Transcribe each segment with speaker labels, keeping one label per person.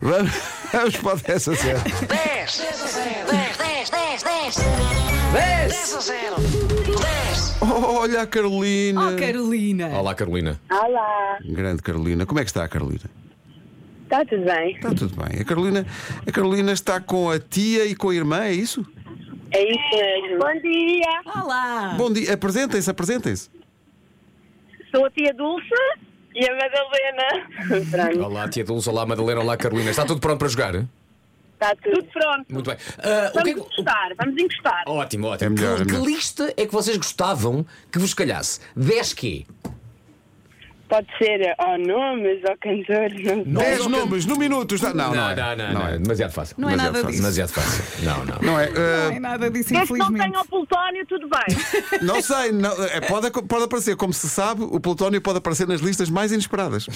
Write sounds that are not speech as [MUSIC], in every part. Speaker 1: Vamos, [LAUGHS] vamos para o 10 a 0.
Speaker 2: 10 a 0. 10, 10, 10, 10. 10 a 0. 10.
Speaker 1: Oh, olha a Carolina.
Speaker 3: Oh, Carolina!
Speaker 4: Olá, Carolina.
Speaker 5: Olá,
Speaker 1: Grande Carolina. Como é que está a Carolina?
Speaker 5: está tudo bem?
Speaker 1: Está tudo bem. A Carolina, a Carolina está com a tia e com a irmã, é isso?
Speaker 5: É isso mesmo. Bom dia,
Speaker 3: Olá!
Speaker 1: Bom dia. Apresentem-se, apresentem-se.
Speaker 5: sou a tia Dulce e
Speaker 4: [LAUGHS]
Speaker 5: a Madalena. Pronto,
Speaker 4: Olá, tia Dulce. Olá, Madalena. Olá, Carolina. Está tudo pronto para jogar?
Speaker 5: está tá tudo. pronto.
Speaker 4: Muito bem. Ah, o Oh. que é que-
Speaker 5: vamos encostar.
Speaker 4: Ótimo,
Speaker 1: É
Speaker 4: ótimo.
Speaker 1: melhor, é
Speaker 4: que
Speaker 1: melhor.
Speaker 4: lista é que vocês gostavam que vos calhasse? 10 quê?
Speaker 5: Pode ser eh, ao nomes, ao cantor, não sei.
Speaker 1: 10 nomes no minuto. Está... Não, não, é. é.
Speaker 4: Demasiado fácil.
Speaker 3: Não é nada
Speaker 4: Demasiado fácil.
Speaker 3: disso.
Speaker 4: Demasiado fácil. Não, não.
Speaker 1: Não é.
Speaker 3: Não
Speaker 1: eh,
Speaker 3: é nada disso,
Speaker 6: Desde que não
Speaker 3: infelizmente.
Speaker 6: tenha o plutónio, tudo
Speaker 4: [LAUGHS]
Speaker 6: bem.
Speaker 1: não sei, não- é, pode, ac- pode aparecer. Como se sabe, o Plutónio pode aparecer nas listas mais inesperadas.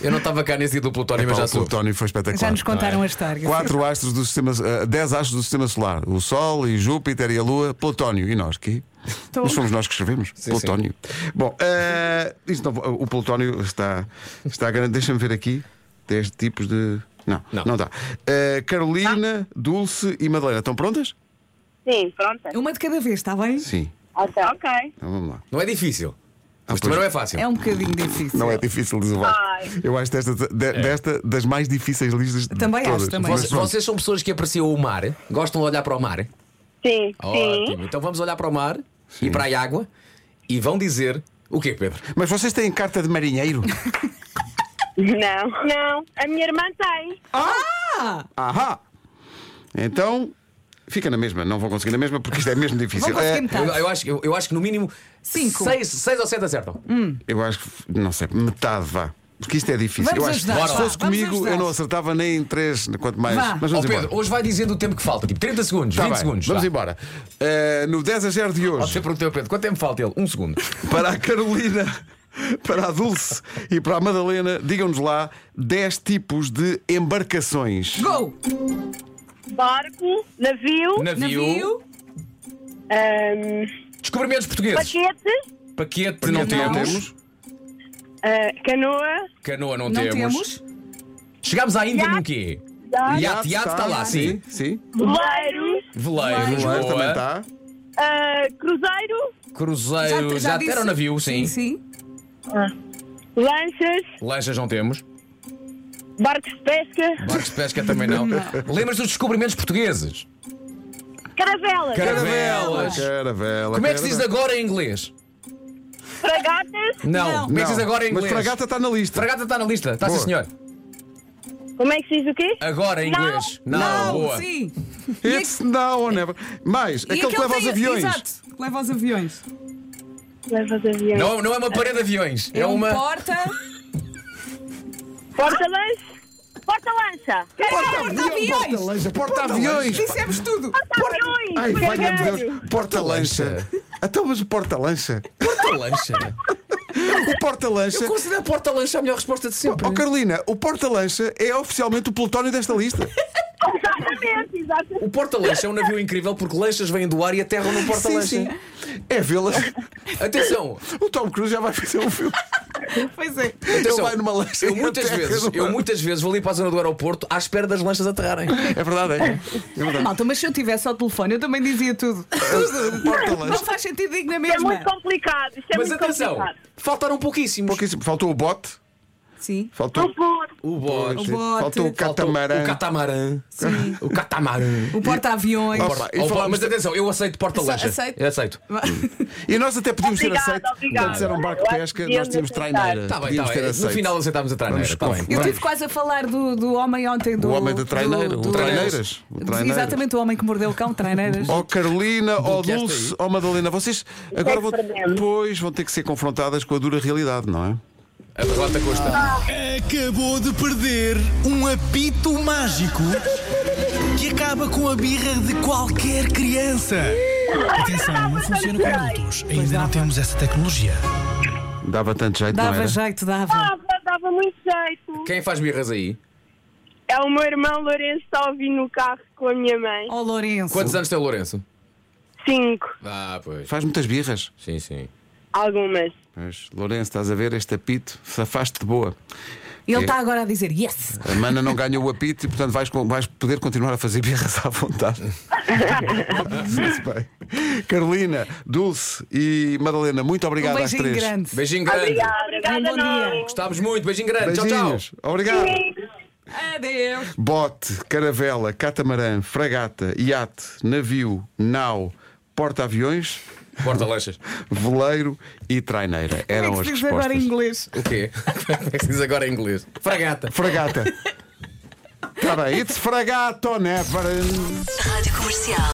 Speaker 4: Eu não estava cá nesse dia do Plutónio, mas
Speaker 1: É Pá,
Speaker 4: já
Speaker 1: o
Speaker 4: sou.
Speaker 1: Plutónio foi espetacular.
Speaker 3: Já nos contaram a história.
Speaker 4: [LAUGHS]
Speaker 1: Quatro astros do sistema, eh, dez astros do sistema solar: o Sol e Júpiter e a Lua, Plutónio e nós que
Speaker 4: Então-
Speaker 3: Tô.
Speaker 1: Mas fomos nós que escrevemos. Plutónio. Bom, eh, isto não- o Plutónio está, está grande. Deixa-me ver aqui. Dez tipos de. Não,
Speaker 4: Não.
Speaker 1: não dá. Eh, Carolina, Dulce e Madalena. Estão prontas?
Speaker 5: Sim, pronta.
Speaker 3: Uma de cada vez, está bem?
Speaker 1: Sim.
Speaker 5: Ok. ok.
Speaker 1: Então vamos lá. Ah,
Speaker 4: Não é difícil. Mas
Speaker 1: pois.
Speaker 4: também não é fácil.
Speaker 3: É um bocadinho difícil.
Speaker 1: Não é difícil, diz o Vasco.
Speaker 5: Ai.
Speaker 1: Eu acho desta,
Speaker 4: É.
Speaker 1: de- desta das mais difíceis listas de
Speaker 3: Também acho,
Speaker 1: todas.
Speaker 3: também.
Speaker 1: Mas
Speaker 4: Vocês,
Speaker 1: pronto.
Speaker 4: vocês são pessoas que apreciam o mar? Gostam de olhar para o mar?
Speaker 5: Sim, sim.
Speaker 4: Ótimo. Então vamos olhar para o mar e para a água e vão dizer o quê, Pedro?
Speaker 1: Mas vocês têm carta de marinheiro?
Speaker 5: Não. Não, a minha irmã tem.
Speaker 1: Ahá! Então, fica na mesma, não vou conseguir na mesma porque isto é mesmo
Speaker 3: Vão
Speaker 1: difícil.
Speaker 3: conseguir
Speaker 1: É,
Speaker 4: Eu,
Speaker 3: metade.
Speaker 4: eu acho, eu, eu acho que no mínimo
Speaker 3: Cinco.
Speaker 4: Seis, seis ou sete acertam.
Speaker 1: eu acho que, não sei, metade vá. Porque isto é difícil.
Speaker 3: Vamos
Speaker 1: eu acho que
Speaker 3: ajudar,
Speaker 1: se
Speaker 3: vá,
Speaker 1: fosse
Speaker 3: vamos
Speaker 1: comigo,
Speaker 3: ajudar.
Speaker 1: eu não acertava nem em três, quanto mais.
Speaker 3: Vá.
Speaker 1: Mas
Speaker 4: Ó
Speaker 1: vamos embora.
Speaker 4: Pedro, hoje vai dizendo o tempo que falta, tipo 30 segundos,
Speaker 1: Tá
Speaker 4: 20
Speaker 1: bem,
Speaker 4: segundos.
Speaker 1: vamos
Speaker 4: vá.
Speaker 1: embora. Eh, no 10 a 0 de hoje,
Speaker 4: Você perguntou ao Pedro, quanto tempo falta ele? Um segundo.
Speaker 1: para a Carolina, para a Dulce e para a Madalena, digam-nos lá 10 tipos de embarcações.
Speaker 3: Go!
Speaker 5: Barco,
Speaker 4: [LAUGHS]
Speaker 5: navio,
Speaker 4: Navio.
Speaker 3: Navio.
Speaker 5: ahm,
Speaker 4: Descobrimentos portugueses.
Speaker 5: paquete,
Speaker 4: Paquete, não,
Speaker 1: Não
Speaker 4: temos.
Speaker 1: temos.
Speaker 5: ah, canoa,
Speaker 4: Canoa não,
Speaker 3: Não
Speaker 4: temos.
Speaker 3: temos.
Speaker 4: Chegámos à Índia num quê?
Speaker 5: Iate.
Speaker 4: Iate, iate está tá lá, sim.
Speaker 1: Tá, Sim.
Speaker 5: veleiro,
Speaker 1: Claro, também
Speaker 4: Veleiro,
Speaker 1: tá.
Speaker 4: Lisboa.
Speaker 1: está.
Speaker 5: ah, cruzeiro,
Speaker 4: Cruzeiro, já,
Speaker 3: disse-
Speaker 4: era o navio,
Speaker 3: Sim,
Speaker 4: sim.
Speaker 3: sim.
Speaker 5: lanchas,
Speaker 4: Lanchas não temos.
Speaker 5: barcos de pesca,
Speaker 4: Barcos de pesca também [LAUGHS] não. Lembras dos descobrimentos portugueses?
Speaker 5: caravelas,
Speaker 4: Caravelas.
Speaker 1: Caravela.
Speaker 4: Como é que se diz
Speaker 1: caravela.
Speaker 4: agora em inglês?
Speaker 5: fragatas,
Speaker 4: Não.
Speaker 3: Não.
Speaker 4: Como é que se diz
Speaker 1: Não,
Speaker 4: agora em
Speaker 1: Mas
Speaker 4: inglês?
Speaker 1: fragata está na lista.
Speaker 4: Fragata está na lista, está
Speaker 1: Boa.
Speaker 4: sim senhor.
Speaker 5: como é que se diz o quê?
Speaker 4: Agora em
Speaker 5: Não.
Speaker 4: inglês.
Speaker 3: Não,
Speaker 4: boa.
Speaker 3: sim.
Speaker 1: It's now or never. Mais,
Speaker 3: E
Speaker 1: aquele, que leva aos
Speaker 3: tem-
Speaker 1: aviões.
Speaker 3: Exato, que leva aos aviões.
Speaker 5: Leva os aviões.
Speaker 4: Não, não é uma parede de aviões, é,
Speaker 3: É um
Speaker 4: uma.
Speaker 3: porta.
Speaker 5: Porta-lanche, porta-lancha,
Speaker 3: Porta-aviões.
Speaker 1: Porta-aviões.
Speaker 3: Dissemos tudo.
Speaker 5: porta-aviões,
Speaker 1: Ai, valha-me
Speaker 5: caralho.
Speaker 1: Deus. Porta-lancha. Então, mas o porta-lancha. [LAUGHS]
Speaker 4: Porta-lancha.
Speaker 1: O porta-lancha.
Speaker 4: Considero porta-lancha a melhor resposta de sempre.
Speaker 1: Oh, Carolina, o porta-lancha é oficialmente o plutónio desta lista.
Speaker 5: Exatamente, exatamente.
Speaker 4: O porta-lancha é um navio incrível porque lanchas vêm do ar e aterram no
Speaker 1: [LAUGHS]
Speaker 4: porta-lancha.
Speaker 1: Sim, sim. É vê-las.
Speaker 4: Atenção,
Speaker 1: O Tom Cruise já vai fazer um filme.
Speaker 3: Pois é.
Speaker 1: Ele
Speaker 4: atenção.
Speaker 1: vai numa lancha.
Speaker 4: Eu
Speaker 1: e
Speaker 4: muitas
Speaker 1: aterra
Speaker 4: vezes,
Speaker 1: no
Speaker 4: eu
Speaker 1: mar.
Speaker 4: muitas vezes vou ali para a zona do aeroporto à espera das lanchas aterrarem.
Speaker 1: É verdade, é. É verdade.
Speaker 3: Malta, mas se eu tivesse ao telefone, eu também dizia tudo. Tudo.
Speaker 1: Porta-lanche.
Speaker 3: Não faz sentido digo na
Speaker 5: É
Speaker 3: mesma.
Speaker 5: muito complicado, isto é
Speaker 4: Mas
Speaker 5: muito
Speaker 4: atenção,
Speaker 5: complicado.
Speaker 4: faltaram pouquíssimos.
Speaker 1: Pouquíssimo. Faltou o bote.
Speaker 3: Sim,
Speaker 1: Faltou
Speaker 4: O bote,
Speaker 3: O bote.
Speaker 1: Faltou o
Speaker 4: faltou
Speaker 1: catamarã.
Speaker 4: o catamarã,
Speaker 3: sim.
Speaker 4: o catamarã.
Speaker 3: O porta-aviões.
Speaker 1: Opa, E
Speaker 4: Ou
Speaker 1: falámos
Speaker 4: vá- mas
Speaker 1: de-
Speaker 4: atenção, eu aceito porta-lancha.
Speaker 3: Eu só aceito.
Speaker 4: Eu aceito.
Speaker 3: [LAUGHS]
Speaker 1: E nós até podíamos
Speaker 5: Obrigada,
Speaker 1: ter aceito.
Speaker 5: obrigada.
Speaker 1: Portanto, se era um barco de
Speaker 5: Eu acho
Speaker 1: pesca,
Speaker 5: que
Speaker 1: nós tínhamos
Speaker 5: devíamos
Speaker 1: traineira.
Speaker 4: Está Tá bem,
Speaker 1: podíamos
Speaker 4: está
Speaker 1: ter
Speaker 4: bem. No
Speaker 1: aceito.
Speaker 4: final aceitámos a
Speaker 1: Vamos
Speaker 4: traineira. Tá bem.
Speaker 3: Eu
Speaker 1: Vai.
Speaker 3: estive quase a falar do, do homem ontem. Do,
Speaker 1: O homem da traineira, o traineiras, o traineiras.
Speaker 3: Exatamente, o homem que mordeu o cão, treineiras.
Speaker 1: Ó Carolina, ó
Speaker 4: Bloqueaste
Speaker 1: Dulce,
Speaker 4: é aí.
Speaker 1: ó Madalena, vocês agora vão,
Speaker 5: é perdemos.
Speaker 1: pois, vão ter que ser confrontadas com a dura realidade, não é?
Speaker 4: A derrota custa.
Speaker 1: Ah.
Speaker 7: Acabou de perder um apito mágico que acaba com a birra de qualquer criança. Atenção, não funciona com adultos. Ainda não temos essa tecnologia.
Speaker 1: Dava tanto jeito, não
Speaker 3: Dava
Speaker 1: era?
Speaker 3: jeito, dava.
Speaker 5: Dava, dava muito jeito.
Speaker 4: Quem faz birras aí?
Speaker 5: É o meu irmão Lourenço está a ouvir no carro com a minha mãe.
Speaker 3: Ó Lourenço.
Speaker 4: Quantos anos tem o Lourenço?
Speaker 5: Cinco.
Speaker 4: Ah, pois.
Speaker 1: Faz muitas birras.
Speaker 4: Sim, sim.
Speaker 5: Algumas.
Speaker 1: Mas, Lourenço, estás a ver este apito? Safaste de boa.
Speaker 3: Ele
Speaker 1: É.
Speaker 3: está agora a dizer yes.
Speaker 1: A Mana não ganhou o apito e, portanto, vais, com- vais poder continuar a fazer birras à vontade. Muito bem. Carolina, Dulce e Madalena, muito
Speaker 3: Um
Speaker 1: obrigado às
Speaker 3: beijinho
Speaker 1: três.
Speaker 3: grande.
Speaker 4: Beijinho grande.
Speaker 5: Obrigada,
Speaker 3: um bom dia.
Speaker 5: não.
Speaker 4: Gostávamos muito. Beijinho grande. Tchau, tchau.
Speaker 1: Beijinhos. Obrigado.
Speaker 3: Adeus.
Speaker 1: Bote, caravela, catamarã, fragata, iate, navio, nau, porta-aviões,
Speaker 4: Porta lanchas.
Speaker 1: veleiro e traineira. Eram
Speaker 3: Como é que se
Speaker 1: as
Speaker 3: diz agora em
Speaker 1: respostas.
Speaker 3: inglês?
Speaker 4: O quê? [LAUGHS] Como é que se diz agora em inglês? Fragata.
Speaker 1: Tá Fragata. Está bem. It's fragato never.
Speaker 2: Rádio Comercial.